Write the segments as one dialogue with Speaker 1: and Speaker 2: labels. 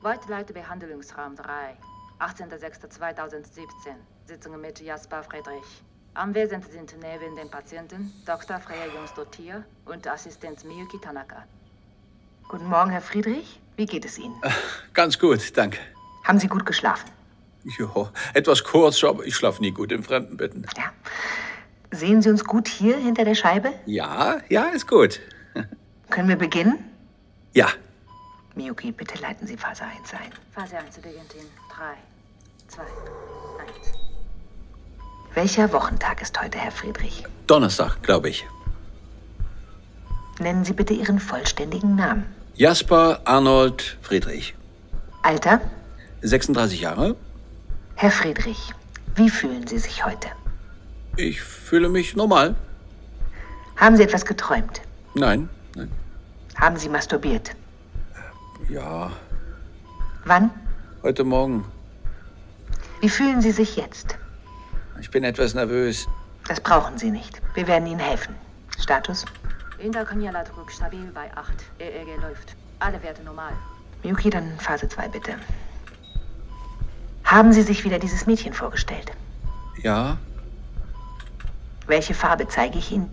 Speaker 1: Weitleite Behandlungsraum 3, 18.06.2017, Sitzung mit Jasper Friedrich. Anwesend sind neben den Patienten Dr. Freya Jungs-Dottir und Assistent Miyuki Tanaka.
Speaker 2: Guten Morgen, Herr Friedrich. Wie geht es Ihnen?
Speaker 3: Ganz gut, danke.
Speaker 2: Haben Sie gut geschlafen?
Speaker 3: Jo, etwas kurz, aber ich schlafe nie gut in Fremdenbetten.
Speaker 2: Ja. Sehen Sie uns gut hier hinter der Scheibe?
Speaker 3: Ja, ja, ist gut.
Speaker 2: Können wir beginnen?
Speaker 3: Ja,
Speaker 2: Miyuki, bitte leiten Sie Phase 1 ein.
Speaker 1: Phase 1 beginnt in 3, 2, 1.
Speaker 2: Welcher Wochentag ist heute, Herr Friedrich?
Speaker 3: Donnerstag, glaube ich.
Speaker 2: Nennen Sie bitte Ihren vollständigen Namen.
Speaker 3: Jasper Arnold Friedrich,
Speaker 2: Alter?
Speaker 3: 36 Jahre.
Speaker 2: Herr Friedrich, wie fühlen Sie sich heute?
Speaker 3: Ich fühle mich normal.
Speaker 2: Haben Sie etwas geträumt?
Speaker 3: Nein, nein.
Speaker 2: Haben Sie masturbiert?
Speaker 3: Ja,
Speaker 2: Wann?
Speaker 3: heute Morgen.
Speaker 2: Wie fühlen Sie sich jetzt?
Speaker 3: Ich bin etwas nervös.
Speaker 2: Das brauchen Sie nicht. Wir werden Ihnen helfen. Status?
Speaker 1: Intracranialer-Druck stabil bei 8, EEG läuft. Alle Werte normal.
Speaker 2: Miyuki, dann Phase 2 bitte. Haben Sie sich wieder dieses Mädchen vorgestellt?
Speaker 3: Ja,
Speaker 2: Welche Farbe zeige ich Ihnen?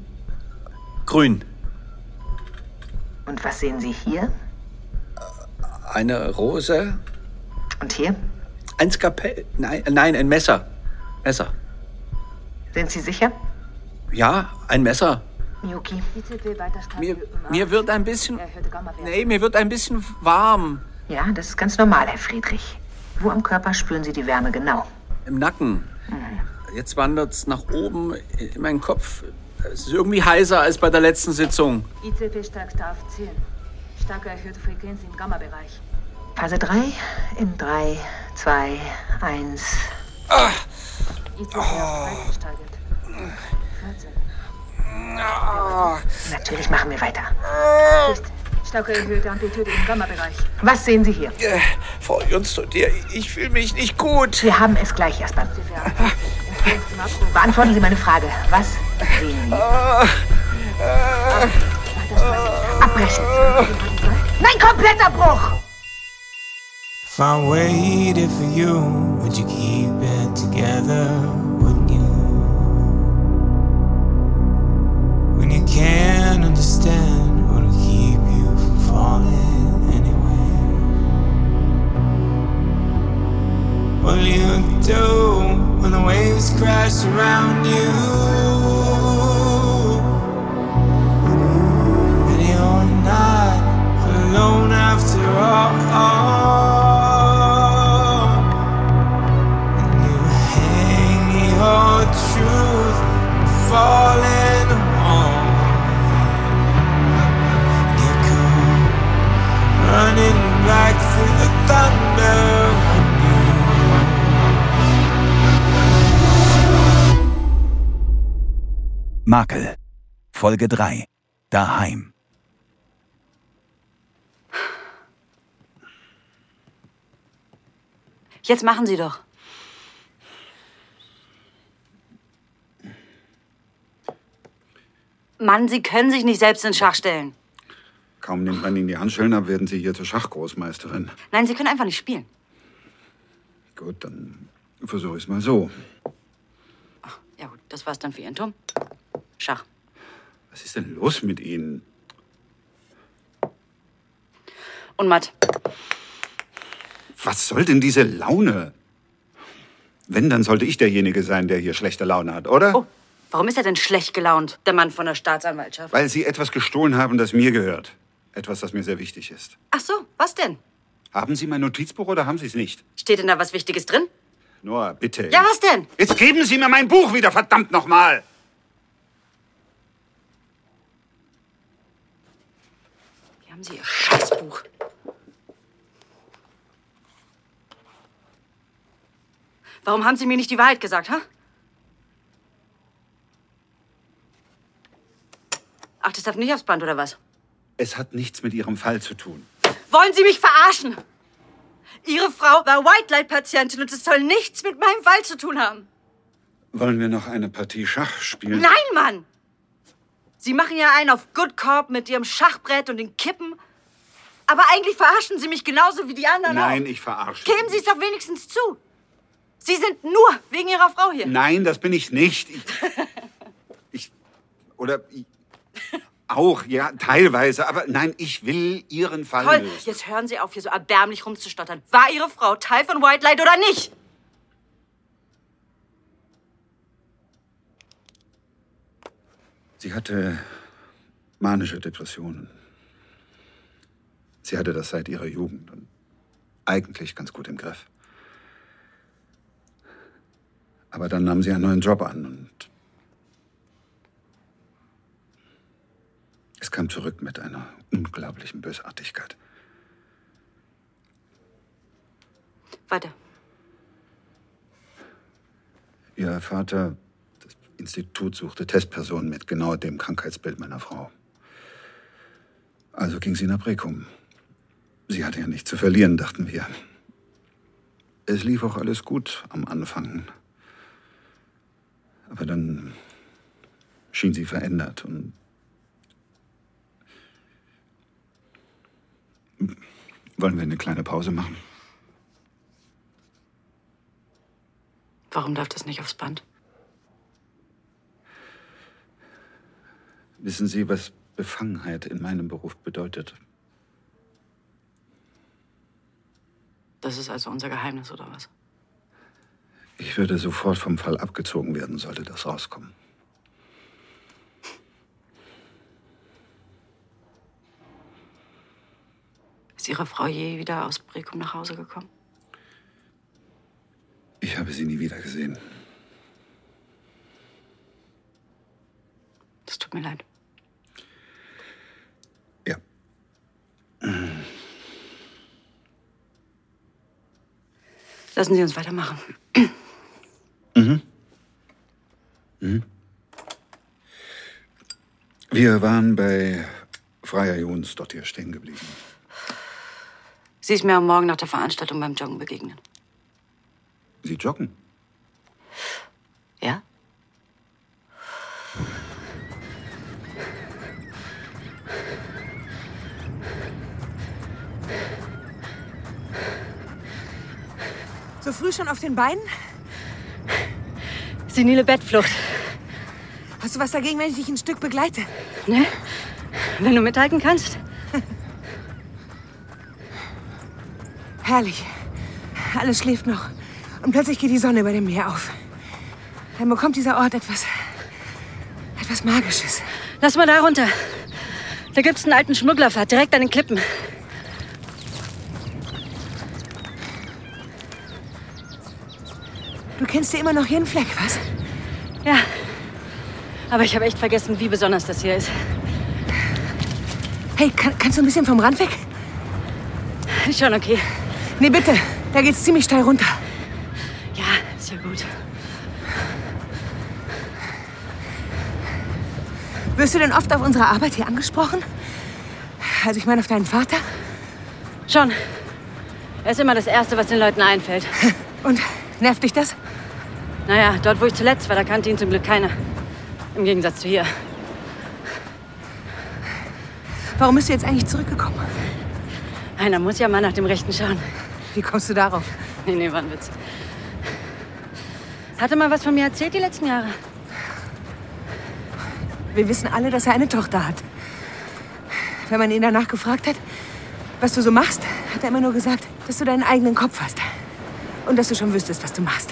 Speaker 3: grün.
Speaker 2: Und was sehen Sie hier
Speaker 3: Eine Rose.
Speaker 2: und hier?
Speaker 3: Ein Skapell. Nein, nein, ein Messer. Messer.
Speaker 2: Sind Sie sicher?
Speaker 3: Ja, ein Messer.
Speaker 2: Miyuki,
Speaker 1: ICP weiter stabil
Speaker 3: Mir,
Speaker 1: um
Speaker 3: mir
Speaker 1: 8.
Speaker 3: wird ein bisschen.
Speaker 1: Erhöhte Gamma-Werte.
Speaker 3: Nee, mir wird ein bisschen warm.
Speaker 2: Ja, das ist ganz normal, Herr Friedrich. Wo am Körper spüren Sie die Wärme genau?
Speaker 3: Im Nacken. Jetzt wandert es nach oben in meinen Kopf. Es ist irgendwie heißer als bei der letzten Sitzung.
Speaker 1: ICP steigt auf 10. Starke erhöhte Frequenz im Gamma-Bereich.
Speaker 2: Phase 3 in 3, 2, 1.
Speaker 1: ICP
Speaker 3: Ah.
Speaker 1: auf 13 steigend. 14.
Speaker 2: Natürlich machen wir weiter.
Speaker 1: 16. Starke erhöhte Amplitude im Gamma-Bereich.
Speaker 2: Was sehen Sie hier?
Speaker 3: Frau Jons zu dir, ich fühle mich nicht gut.
Speaker 2: Wir haben es gleich erstmal.
Speaker 1: ICP auf 14. Empfehlung zum Abruf.
Speaker 2: Beantworten Sie meine Frage. Was sehen Sie?
Speaker 1: Weiter steigend.
Speaker 2: Abbrechen. Nein, kompletter Bruch!
Speaker 4: If I waited for you, would you keep it together? Wouldn't you? When you can't understand what'll keep you from falling anyway. What'll you do when the waves crash around you? And you're not alone after all. And you hang your truth and falling on. You come running back through the thunder. when you-
Speaker 5: Makel. Folge 3. Daheim.
Speaker 6: Jetzt machen Sie doch. Mann, Sie können sich nicht selbst in Schach stellen.
Speaker 7: Kaum nimmt man Ihnen die Handschellen ab, werden Sie hier zur Schachgroßmeisterin.
Speaker 6: Nein, Sie können einfach nicht spielen.
Speaker 7: Gut, dann versuche ich es mal so.
Speaker 6: Ja gut, das war's dann für Ihren Turm. Schach.
Speaker 7: Was ist denn los mit Ihnen?
Speaker 6: Und Matt.
Speaker 7: Was soll denn diese Laune? Wenn, dann sollte ich derjenige sein, der hier schlechte Laune hat, oder?
Speaker 6: Oh, warum ist er denn schlecht gelaunt, der Mann von der Staatsanwaltschaft?
Speaker 7: Weil Sie etwas gestohlen haben, das mir gehört. Etwas, das mir sehr wichtig ist.
Speaker 6: Ach so, was denn?
Speaker 7: Haben Sie mein Notizbuch oder haben Sie es nicht?
Speaker 6: Steht denn da was Wichtiges drin?
Speaker 7: Noah, bitte.
Speaker 6: Ja, was denn?
Speaker 7: Jetzt geben Sie mir mein Buch wieder, verdammt nochmal!
Speaker 6: Hier haben Sie Ihr Scheißbuch. Warum haben Sie mir nicht die Wahrheit gesagt, ha? Ach, das darf nicht aufs Band, oder was?
Speaker 7: Es hat nichts mit Ihrem Fall zu tun.
Speaker 6: Wollen Sie mich verarschen? Ihre Frau war Whitelight-Patientin und es soll nichts mit meinem Fall zu tun haben.
Speaker 7: Wollen wir noch eine Partie Schach spielen?
Speaker 6: Nein, Mann! Sie machen ja einen auf Good Corp mit Ihrem Schachbrett und den Kippen. Aber eigentlich verarschen Sie mich genauso wie die anderen
Speaker 7: Nein,
Speaker 6: auch.
Speaker 7: ich verarsche.
Speaker 6: Kämen Sie es doch wenigstens zu. Sie sind nur wegen Ihrer Frau hier.
Speaker 7: Nein, das bin ich nicht. Ich, ich oder ich, auch, ja, teilweise. Aber nein, ich will Ihren Fall
Speaker 6: Toll,
Speaker 7: lösen.
Speaker 6: jetzt hören Sie auf, hier so erbärmlich rumzustottern. War Ihre Frau Teil von White Light oder nicht?
Speaker 7: Sie hatte manische Depressionen. Sie hatte das seit ihrer Jugend und eigentlich ganz gut im Griff. Aber dann nahm sie einen neuen Job an und es kam zurück mit einer unglaublichen Bösartigkeit.
Speaker 6: Weiter.
Speaker 7: Ihr Vater, das Institut suchte Testpersonen mit genau dem Krankheitsbild meiner Frau. Also ging sie nach Brekum. Sie hatte ja nichts zu verlieren, dachten wir. Es lief auch alles gut am Anfang. Aber dann schien sie verändert und wollen wir eine kleine Pause machen?
Speaker 6: Warum darf das nicht aufs Band?
Speaker 7: Wissen Sie, was Befangenheit in meinem Beruf bedeutet?
Speaker 6: Das ist also unser Geheimnis, oder was?
Speaker 7: Ich würde sofort vom Fall abgezogen werden, sollte das rauskommen.
Speaker 6: Ist Ihre Frau je wieder aus Brekum nach Hause gekommen?
Speaker 7: Ich habe sie nie wieder gesehen.
Speaker 6: Das tut mir leid.
Speaker 7: Ja.
Speaker 6: Lassen Sie uns weitermachen.
Speaker 7: Wir waren bei Freier Jons dort hier stehen geblieben.
Speaker 6: Sie ist mir am Morgen nach der Veranstaltung beim Joggen begegnet.
Speaker 7: Sie joggen?
Speaker 6: Ja?
Speaker 2: So früh schon auf den Beinen?
Speaker 6: Senile Bettflucht.
Speaker 2: Hast du was dagegen, wenn ich dich ein Stück begleite?
Speaker 6: Ne? Wenn du mithalten kannst.
Speaker 2: Herrlich. Alles schläft noch. Und plötzlich geht die Sonne über dem Meer auf. Dann bekommt dieser Ort etwas. etwas Magisches.
Speaker 6: Lass mal da runter. Da gibt's einen alten Schmugglerpfad direkt an den Klippen.
Speaker 2: Du kennst dir immer noch jeden Fleck, was?
Speaker 6: Ja. Aber ich habe echt vergessen, wie besonders das hier ist.
Speaker 2: Hey, kann, kannst du ein bisschen vom Rand weg?
Speaker 6: Ist schon okay.
Speaker 2: Nee, bitte. Da geht's ziemlich steil runter.
Speaker 6: Ja, ist ja gut.
Speaker 2: Wirst du denn oft auf unsere Arbeit hier angesprochen? Also ich meine auf deinen Vater?
Speaker 6: Schon. Er ist immer das Erste, was den Leuten einfällt.
Speaker 2: Und nervt dich das?
Speaker 6: Naja, dort, wo ich zuletzt war, da kannte ihn zum Glück keiner. Im Gegensatz zu hier.
Speaker 2: Warum bist du jetzt eigentlich zurückgekommen?
Speaker 6: Einer muss ja mal nach dem Rechten schauen.
Speaker 2: Wie kommst du darauf?
Speaker 6: Nee, nee, war ein Witz. Hatte mal was von mir erzählt die letzten Jahre?
Speaker 2: Wir wissen alle, dass er eine Tochter hat. Wenn man ihn danach gefragt hat, was du so machst, hat er immer nur gesagt, dass du deinen eigenen Kopf hast. Und dass du schon wüsstest, was du machst.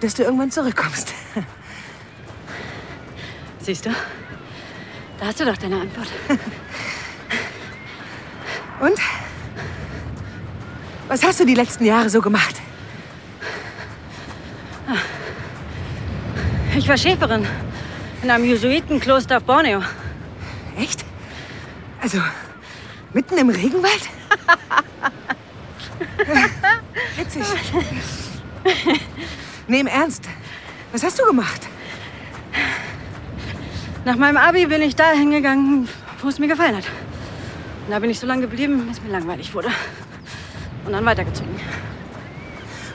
Speaker 2: Dass du irgendwann zurückkommst.
Speaker 6: Siehst du? Da hast du doch deine Antwort.
Speaker 2: Und? Was hast du die letzten Jahre so gemacht?
Speaker 6: Ich war Schäferin in einem Jesuitenkloster auf Borneo.
Speaker 2: Echt? Also, mitten im Regenwald? Äh, Witzig. Nee, im Ernst. Was hast du gemacht?
Speaker 6: Nach meinem Abi bin ich da hingegangen, wo es mir gefallen hat. Und da bin ich so lange geblieben, bis mir langweilig wurde. Und dann weitergezogen.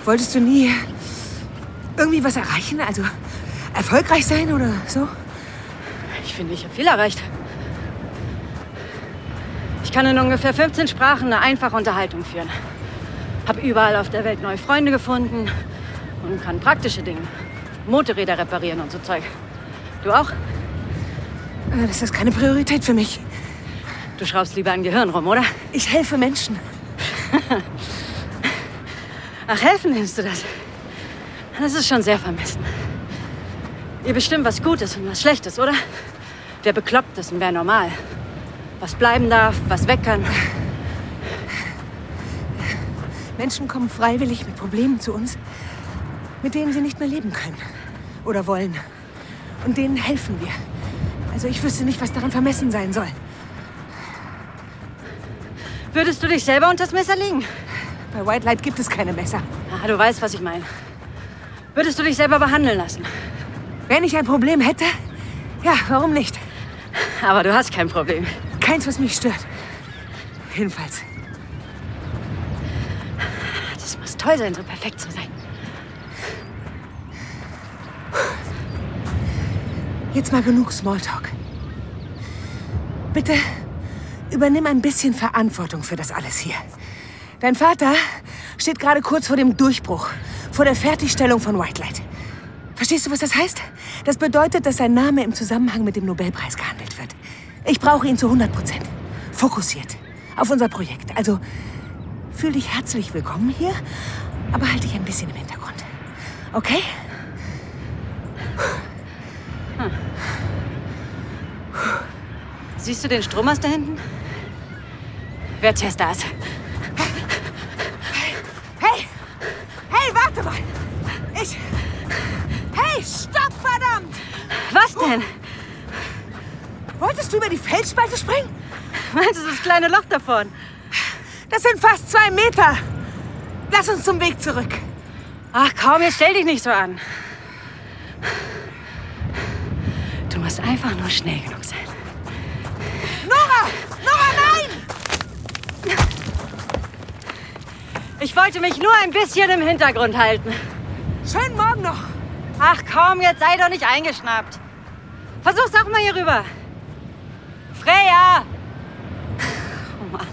Speaker 2: Wolltest du nie irgendwie was erreichen? Also erfolgreich sein oder so?
Speaker 6: Ich finde, ich habe viel erreicht. Ich kann in ungefähr 15 Sprachen eine einfache Unterhaltung führen. Hab überall auf der Welt neue Freunde gefunden und kann praktische Dinge. Motorräder reparieren und so Zeug. Du auch?
Speaker 2: Äh, Das ist keine Priorität für mich.
Speaker 6: Du schraubst lieber ein Gehirn rum, oder?
Speaker 2: Ich helfe Menschen.
Speaker 6: Ach, helfen nennst du das? Das ist schon sehr vermessen. Ihr bestimmt, was gut ist und was schlecht ist, oder? Wer bekloppt ist und wer normal. Was bleiben darf, was weg kann.
Speaker 2: Menschen kommen freiwillig mit Problemen zu uns, mit denen sie nicht mehr leben können oder wollen. Und denen helfen wir. Also ich wüsste nicht, was daran vermessen sein soll.
Speaker 6: Würdest du dich selber unter das Messer legen?
Speaker 2: Bei White Light gibt es keine Messer.
Speaker 6: Ah, du weißt, was ich meine. Würdest du dich selber behandeln lassen?
Speaker 2: Wenn ich ein Problem hätte, ja, warum nicht?
Speaker 6: Aber du hast kein Problem.
Speaker 2: Keins, was mich stört. Jedenfalls.
Speaker 6: Das muss toll sein, so perfekt zu sein.
Speaker 2: Jetzt mal genug Smalltalk. Bitte übernimm ein bisschen Verantwortung für das alles hier. Dein Vater steht gerade kurz vor dem Durchbruch, vor der Fertigstellung von White Light. Verstehst du, was das heißt? Das bedeutet, dass sein Name im Zusammenhang mit dem Nobelpreis gehandelt wird. Ich brauche ihn zu 100 Prozent. Fokussiert. Auf unser Projekt. Also fühl dich herzlich willkommen hier, aber halt dich ein bisschen im Hintergrund. Okay?
Speaker 6: Siehst du den Strommast da hinten? Wer Chester ist.
Speaker 2: Hey! Hey, warte mal! Ich. Hey, stopp, verdammt!
Speaker 6: Was denn?
Speaker 2: Wolltest du über die Felsspalte springen?
Speaker 6: Meinst du das kleine Loch davon?
Speaker 2: Das sind fast zwei Meter! Lass uns zum Weg zurück.
Speaker 6: Ach komm, jetzt stell dich nicht so an. Du musst einfach nur schnell genug sein.
Speaker 2: Nora! Nora, nein!
Speaker 6: Ich wollte mich nur ein bisschen im Hintergrund halten.
Speaker 2: Schönen Morgen noch!
Speaker 6: Ach komm, jetzt sei doch nicht eingeschnappt. Versuch's auch mal hier rüber. Freya! Oh Mann.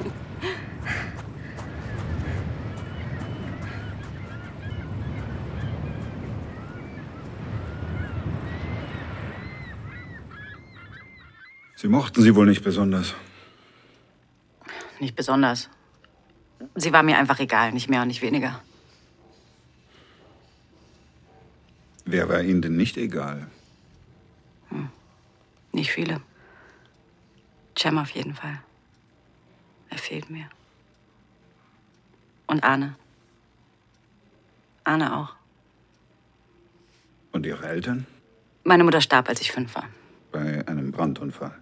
Speaker 7: Sie mochten sie wohl nicht besonders.
Speaker 8: Nicht besonders. Sie war mir einfach egal, nicht mehr und nicht weniger.
Speaker 7: Wer war Ihnen denn nicht egal?
Speaker 8: Nicht viele. Cem auf jeden Fall. Er fehlt mir. Und Arne. Arne auch.
Speaker 7: Und Ihre Eltern?
Speaker 8: Meine Mutter starb, als ich fünf war.
Speaker 7: Bei einem Brandunfall.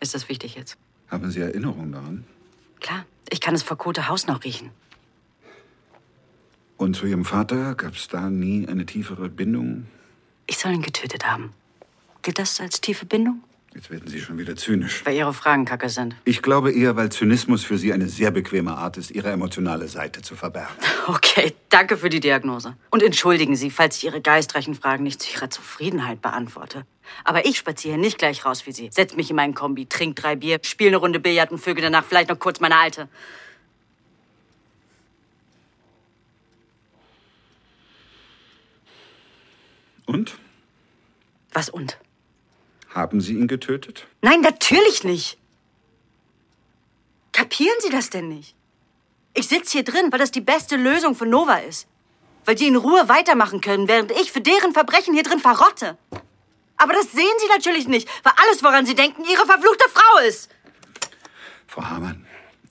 Speaker 8: Ist das wichtig jetzt?
Speaker 7: Haben Sie Erinnerungen daran?
Speaker 8: Klar, ich kann das verkohlte Haus noch riechen.
Speaker 7: Und zu Ihrem Vater gab es da nie eine tiefere Bindung?
Speaker 8: Ich soll ihn getötet haben. Gilt das als tiefe Bindung?
Speaker 7: Jetzt werden Sie schon wieder zynisch.
Speaker 8: Weil Ihre Fragen kacke sind.
Speaker 7: Ich glaube eher, weil Zynismus für Sie eine sehr bequeme Art ist, Ihre emotionale Seite zu verbergen.
Speaker 8: Okay, danke für die Diagnose. Und entschuldigen Sie, falls ich Ihre geistreichen Fragen nicht zu Ihrer Zufriedenheit beantworte. Aber ich spaziere nicht gleich raus wie Sie. Setz mich in meinen Kombi, trink drei Bier, spiel eine Runde Billard und vögel danach vielleicht noch kurz meine Alte.
Speaker 7: Und?
Speaker 8: Was und?
Speaker 7: Haben Sie ihn getötet?
Speaker 8: Nein, natürlich nicht. Kapieren Sie das denn nicht? Ich sitze hier drin, weil das die beste Lösung für Nova ist. Weil die in Ruhe weitermachen können, während ich für deren Verbrechen hier drin verrotte. Aber das sehen Sie natürlich nicht, weil alles, woran Sie denken, Ihre verfluchte Frau ist.
Speaker 7: Frau Hamann,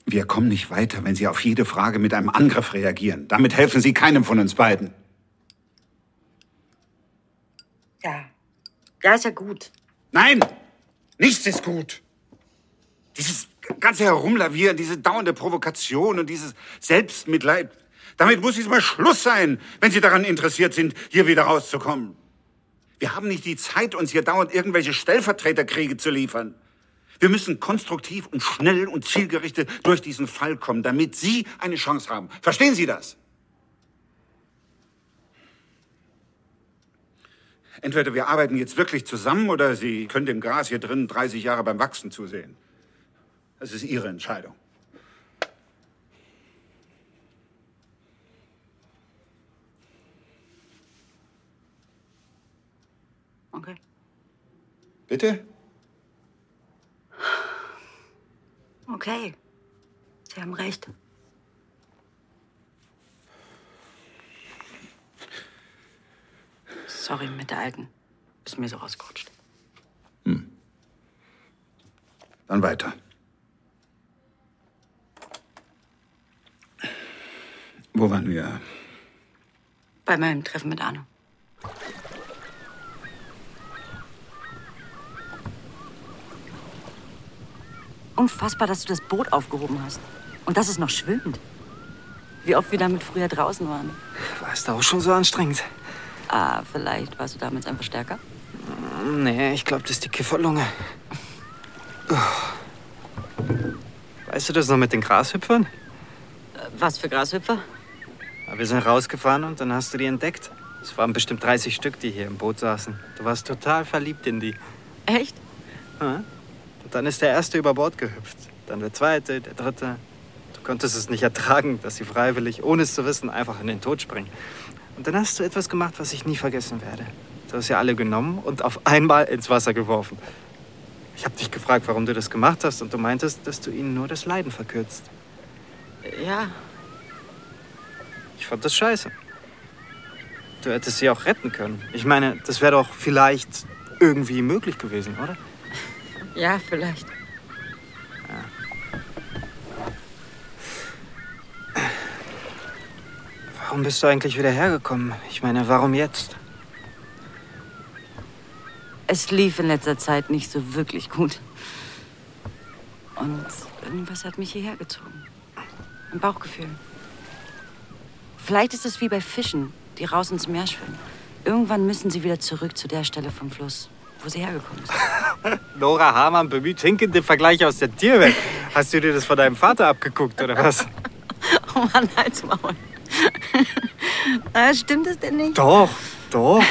Speaker 7: wir kommen nicht weiter, wenn Sie auf jede Frage mit einem Angriff reagieren. Damit helfen Sie keinem von uns beiden.
Speaker 8: Ja. Ja, ist ja gut.
Speaker 7: Nein! Nichts ist gut! Dieses ganze Herumlavieren, diese dauernde Provokation und dieses Selbstmitleid. Damit muss jetzt mal Schluss sein, wenn Sie daran interessiert sind, hier wieder rauszukommen. Wir haben nicht die Zeit, uns hier dauernd irgendwelche Stellvertreterkriege zu liefern. Wir müssen konstruktiv und schnell und zielgerichtet durch diesen Fall kommen, damit Sie eine Chance haben. Verstehen Sie das? Entweder wir arbeiten jetzt wirklich zusammen oder Sie können dem Gras hier drin 30 Jahre beim Wachsen zusehen. Es ist Ihre Entscheidung.
Speaker 6: Onkel.
Speaker 7: Bitte?
Speaker 6: Okay. Sie haben recht. Sorry mit der alten. Ist mir so rausgerutscht.
Speaker 7: Dann weiter. Wo waren wir?
Speaker 6: Bei meinem Treffen mit Arno. Unfassbar, dass du das Boot aufgehoben hast. Und das ist noch schwimmend. Wie oft wir damit früher draußen waren.
Speaker 9: War es da auch schon so anstrengend?
Speaker 6: Ah, vielleicht warst du damals einfach stärker.
Speaker 9: Nee, ich glaube, das ist die Kifferlunge. Uff. Weißt du das noch mit den Grashüpfern?
Speaker 6: Was für Grashüpfer?
Speaker 9: Ja, Wir sind rausgefahren und dann hast du die entdeckt. Es waren bestimmt 30 Stück, die hier im Boot saßen. Du warst total verliebt in die.
Speaker 6: Echt?
Speaker 9: Ja. Und dann ist der erste über Bord gehüpft. Dann der zweite, der dritte. Du konntest es nicht ertragen, dass sie freiwillig, ohne es zu wissen, einfach in den Tod springen. Und dann hast du etwas gemacht, was ich nie vergessen werde. Du hast ja alle genommen und auf einmal ins Wasser geworfen. Ich habe dich gefragt, warum du das gemacht hast, und du meintest, dass du ihnen nur das Leiden verkürzt.
Speaker 6: Ja.
Speaker 9: Ich fand das scheiße. Du hättest sie auch retten können. Ich meine, das wäre doch vielleicht irgendwie möglich gewesen, oder?
Speaker 6: Ja, vielleicht.
Speaker 9: Warum bist du eigentlich wieder hergekommen? Ich meine, warum jetzt?
Speaker 6: Es lief in letzter Zeit nicht so wirklich gut. Und irgendwas hat mich hierher gezogen. Ein Bauchgefühl. Vielleicht ist es wie bei Fischen, die raus ins Meer schwimmen. Irgendwann müssen sie wieder zurück zu der Stelle vom Fluss, wo sie hergekommen sind.
Speaker 9: Nora Hamann bemüht hinkende Vergleiche aus der Tierwelt. Hast du dir das von deinem Vater abgeguckt, oder was?
Speaker 6: Oh Mann, halt's Maul. Na, stimmt es denn nicht?
Speaker 9: Doch, doch.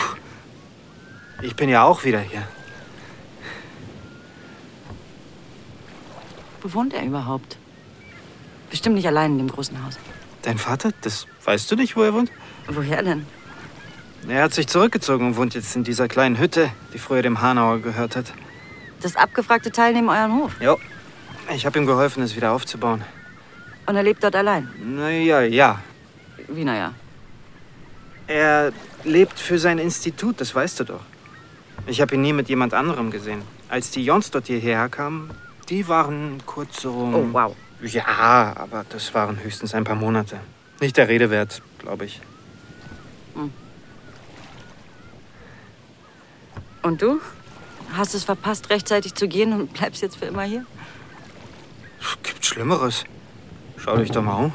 Speaker 9: Ich bin ja auch wieder hier.
Speaker 6: Wo wohnt er überhaupt? Bestimmt nicht allein in dem großen Haus.
Speaker 9: Dein Vater? Das weißt du nicht, wo er wohnt?
Speaker 6: Woher denn?
Speaker 9: Er hat sich zurückgezogen und wohnt jetzt in dieser kleinen Hütte, die früher dem Hanauer gehört hat.
Speaker 6: Das abgefragte Teil neben euren Hof.
Speaker 9: Jo. Ich habe ihm geholfen, es wieder aufzubauen.
Speaker 6: Und er lebt dort allein.
Speaker 9: Naja, ja.
Speaker 6: Wie naja.
Speaker 9: Er lebt für sein Institut, das weißt du doch. Ich habe ihn nie mit jemand anderem gesehen. Als die Jons dort hierher kamen, die waren kurz so...
Speaker 6: Oh, wow.
Speaker 9: Ja, aber das waren höchstens ein paar Monate. Nicht der Rede wert, glaube ich.
Speaker 6: Und du? Hast es verpasst, rechtzeitig zu gehen und bleibst jetzt für immer hier?
Speaker 9: Pff, Gibt Schlimmeres. Schau dich doch mal um.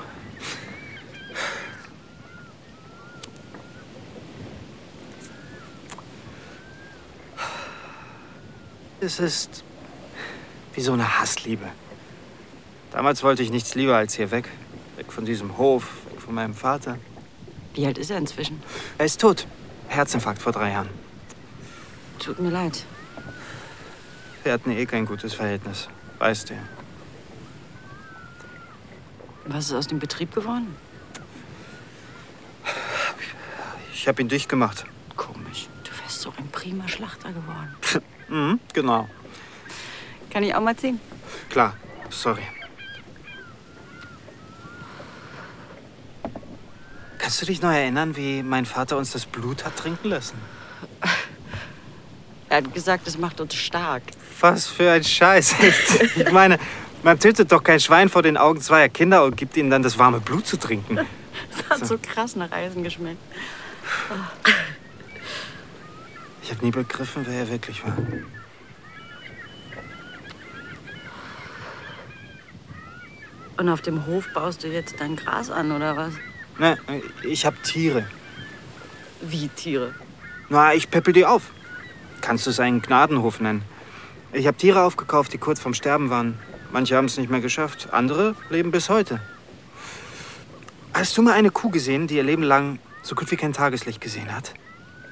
Speaker 9: Es ist wie so eine Hassliebe. Damals wollte ich nichts lieber als hier weg. Weg von diesem Hof, weg von meinem Vater.
Speaker 6: Wie alt ist er inzwischen?
Speaker 9: Er ist tot. Herzinfarkt vor drei Jahren.
Speaker 6: Tut mir leid.
Speaker 9: Wir hatten eh kein gutes Verhältnis. Weißt du ja.
Speaker 6: Was ist aus dem Betrieb geworden?
Speaker 9: Ich habe ihn dicht gemacht.
Speaker 6: Komisch. Du wärst so ein prima Schlachter geworden.
Speaker 9: Mhm, genau.
Speaker 6: Kann ich auch mal ziehen?
Speaker 9: Klar. Sorry. Kannst du dich noch erinnern, wie mein Vater uns das Blut hat trinken lassen?
Speaker 6: Er hat gesagt, es macht uns stark.
Speaker 9: Was für ein Scheiß. echt. Ich meine, man tötet doch kein Schwein vor den Augen zweier Kinder und gibt ihnen dann das warme Blut zu trinken.
Speaker 6: Es hat so krass nach Eisen geschmeckt.
Speaker 9: Ich habe nie begriffen, wer er wirklich war.
Speaker 6: Und auf dem Hof baust du jetzt dein Gras an, oder was?
Speaker 9: Ne, ich habe Tiere.
Speaker 6: Wie Tiere?
Speaker 9: Na, ich peppel die auf. Kannst du es einen Gnadenhof nennen? Ich habe Tiere aufgekauft, die kurz vorm Sterben waren. Manche haben es nicht mehr geschafft, andere leben bis heute. Hast du mal eine Kuh gesehen, die ihr Leben lang so gut wie kein Tageslicht gesehen hat?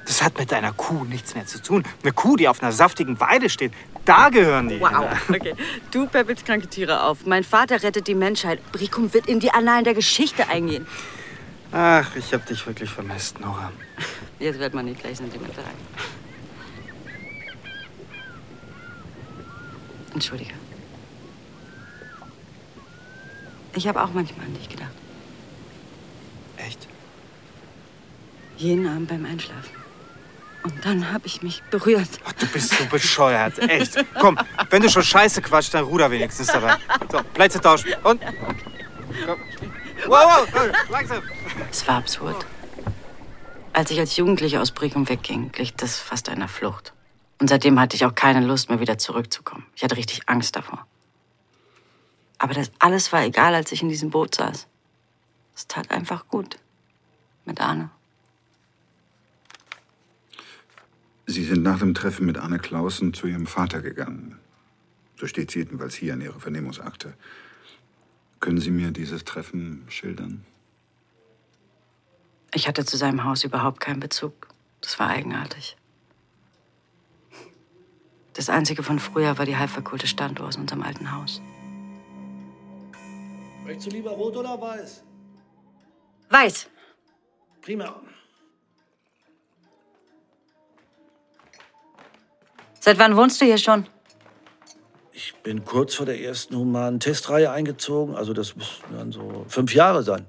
Speaker 9: Das hat mit einer Kuh nichts mehr zu tun. Eine Kuh, die auf einer saftigen Weide steht, da gehören die.
Speaker 6: Wow.
Speaker 9: hin.
Speaker 8: Okay, du peppelst kranke Tiere auf. Mein Vater rettet die Menschheit. Bricum wird in die Annalen der Geschichte eingehen.
Speaker 9: Ach, ich hab dich wirklich vermisst, Nora.
Speaker 8: Jetzt wird man nicht gleich sentimental. Entschuldige. Ich habe auch manchmal an dich gedacht.
Speaker 9: Echt?
Speaker 6: Jeden Abend beim Einschlafen. Und dann habe ich mich berührt.
Speaker 9: Du bist so bescheuert, echt. Komm, wenn du schon Scheiße quatschst, dann ruder wenigstens dabei. So, Plätze tauschen. Und? Komm. Wow, wow, langsam.
Speaker 8: Es war absurd. Als ich als Jugendliche aus Bricum wegging, glich das fast einer Flucht. Und seitdem hatte ich auch keine Lust mehr, wieder zurückzukommen. Ich hatte richtig Angst davor. Aber das alles war egal, als ich in diesem Boot saß. Es tat einfach gut. Mit Arne.
Speaker 7: Sie sind nach dem Treffen mit Anne Clausen zu ihrem Vater gegangen. So steht es jedenfalls hier in Ihrer Vernehmungsakte. Können Sie mir dieses Treffen schildern?
Speaker 8: Ich hatte zu seinem Haus überhaupt keinen Bezug. Das war eigenartig. Das einzige von früher war die halbverkohlte Standuhr aus unserem alten Haus.
Speaker 10: Möchtest du lieber rot oder weiß?
Speaker 8: Weiß.
Speaker 10: Prima.
Speaker 8: Seit wann wohnst du hier schon?
Speaker 10: Ich bin kurz vor der ersten humanen Testreihe eingezogen. Also das müssten dann so fünf Jahre sein.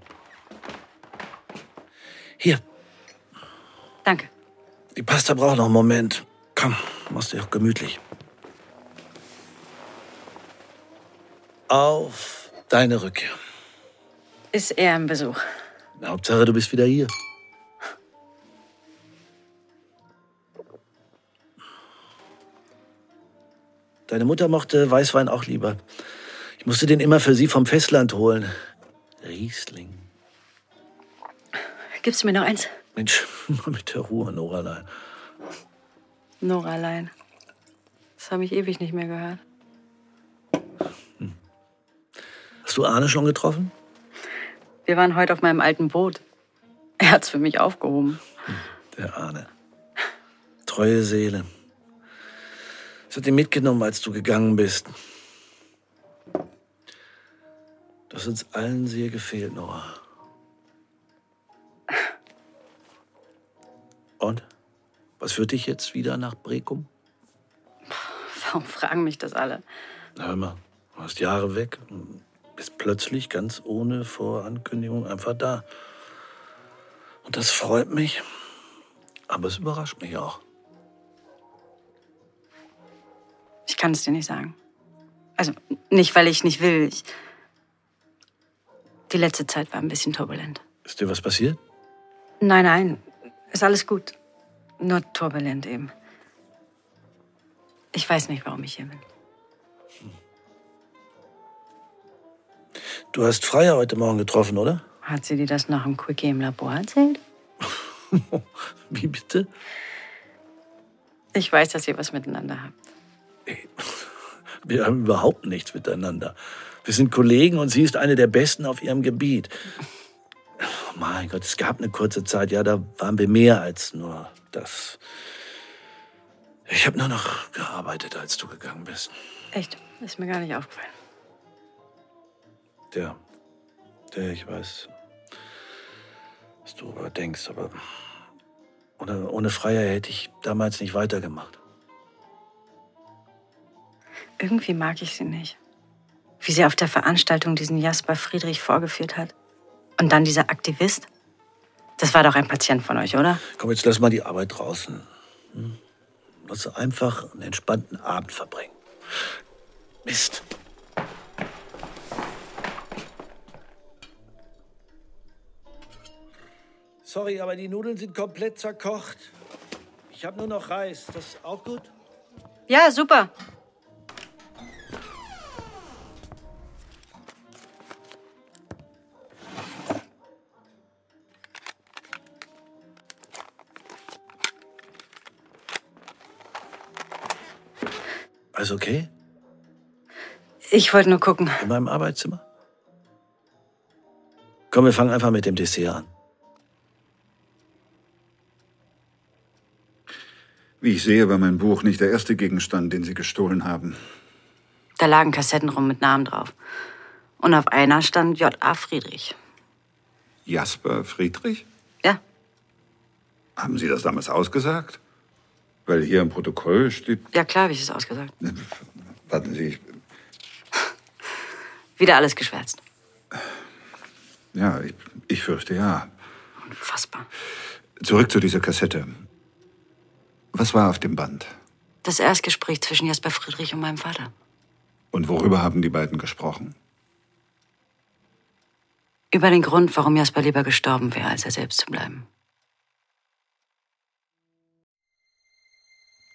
Speaker 10: Hier,
Speaker 8: Danke.
Speaker 10: die Pasta braucht noch einen Moment. Komm, mach's dir gemütlich. Auf deine Rückkehr.
Speaker 6: Ist eher ein Besuch.
Speaker 10: Hauptsache, du bist wieder hier. Deine Mutter mochte Weißwein auch lieber. Ich musste den immer für sie vom Festland holen. Riesling.
Speaker 6: Gibst du mir noch eins?
Speaker 10: Mensch, mal mit der Ruhe, Noralein.
Speaker 6: Nora allein. Das habe ich ewig nicht mehr gehört.
Speaker 10: Hast du Arne schon getroffen?
Speaker 6: Wir waren heute auf meinem alten Boot. Er hat's für mich aufgehoben.
Speaker 10: Der Arne. Treue Seele. Das hat ihn mitgenommen, als du gegangen bist. Du hast uns allen sehr gefehlt, Nora. Und? Was führt dich jetzt wieder nach Brekum?
Speaker 6: Warum fragen mich das alle?
Speaker 10: Na, hör mal, du warst Jahre weg. und Bist plötzlich ganz ohne Vorankündigung einfach da. Und das freut mich. Aber es überrascht mich auch.
Speaker 6: Ich kann es dir nicht sagen. Also nicht, weil ich nicht will. Ich die letzte Zeit war ein bisschen turbulent.
Speaker 10: Ist dir was passiert?
Speaker 6: Nein, nein, ist alles gut. Nur turbulent eben. Ich weiß nicht, warum ich hier bin.
Speaker 10: Du hast Freier heute Morgen getroffen, oder?
Speaker 6: Hat sie dir das nach dem Quickie im Labor erzählt?
Speaker 10: Wie bitte?
Speaker 6: Ich weiß, dass ihr was miteinander habt.
Speaker 10: Wir haben überhaupt nichts miteinander. Wir sind Kollegen und sie ist eine der Besten auf ihrem Gebiet. Oh mein Gott, es gab eine kurze Zeit, ja, da waren wir mehr als nur das. Ich habe nur noch gearbeitet, als du gegangen bist.
Speaker 6: Echt, ist mir gar nicht aufgefallen.
Speaker 10: Ja, ja ich weiß, was du darüber denkst, aber ohne, ohne Freier hätte ich damals nicht weitergemacht.
Speaker 6: Irgendwie mag ich sie nicht. Wie sie auf der Veranstaltung diesen Jasper Friedrich vorgeführt hat. Und dann dieser Aktivist. Das war doch ein Patient von euch, oder?
Speaker 10: Komm, jetzt lass mal die Arbeit draußen. Hm? Lass uns einfach einen entspannten Abend verbringen. Mist. Sorry, aber die Nudeln sind komplett zerkocht. Ich habe nur noch Reis. Das ist auch gut?
Speaker 8: Ja, super.
Speaker 10: Alles okay?
Speaker 6: Ich wollte nur gucken.
Speaker 10: In meinem Arbeitszimmer? Komm, wir fangen einfach mit dem Dessert an.
Speaker 7: Wie ich sehe, war mein Buch nicht der erste Gegenstand, den Sie gestohlen haben.
Speaker 6: Da lagen Kassetten rum mit Namen drauf. Und auf einer stand J.A. Friedrich.
Speaker 7: Jasper Friedrich?
Speaker 6: Ja.
Speaker 7: Haben Sie das damals ausgesagt? Weil hier im Protokoll steht.
Speaker 6: Ja, klar habe ich es ausgesagt.
Speaker 7: Warten Sie, ich,
Speaker 6: Wieder alles geschwärzt.
Speaker 7: ja, ich, ich fürchte ja.
Speaker 6: Unfassbar.
Speaker 7: Zurück zu dieser Kassette. Was war auf dem Band?
Speaker 6: Das Erstgespräch zwischen Jasper Friedrich und meinem Vater.
Speaker 7: Und worüber haben die beiden gesprochen?
Speaker 6: Über den Grund, warum Jasper lieber gestorben wäre, als er selbst zu bleiben.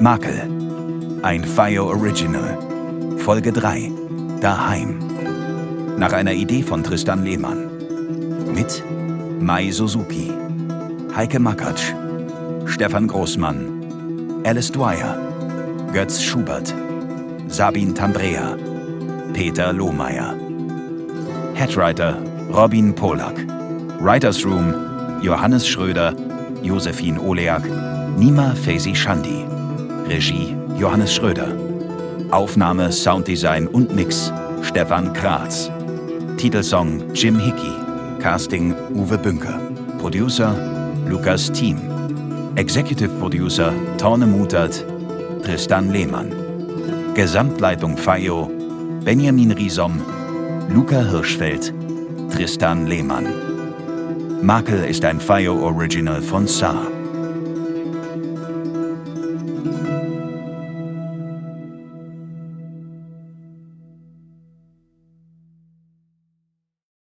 Speaker 4: Makel. Ein Fire Original. Folge 3. Daheim. Nach einer Idee von Tristan Lehmann. Mit Mai Suzuki, Heike Makatsch, Stefan Großmann, Alice Dwyer, Götz Schubert, Sabine Tambrea, Peter Lohmeier. Headwriter Robin Polak. Writers Room Johannes Schröder, Josephine Oleak, Nima Faisi Shandi. Regie Johannes Schröder. Aufnahme, Sounddesign und Mix Stefan Kratz. Titelsong Jim Hickey. Casting Uwe Bünker. Producer Lukas Thiem. Executive Producer Torne Mutert, Tristan Lehmann. Gesamtleitung FAIO Benjamin Riesom, Luca Hirschfeld, Tristan Lehmann. Makel ist ein FAIO Original von Saar.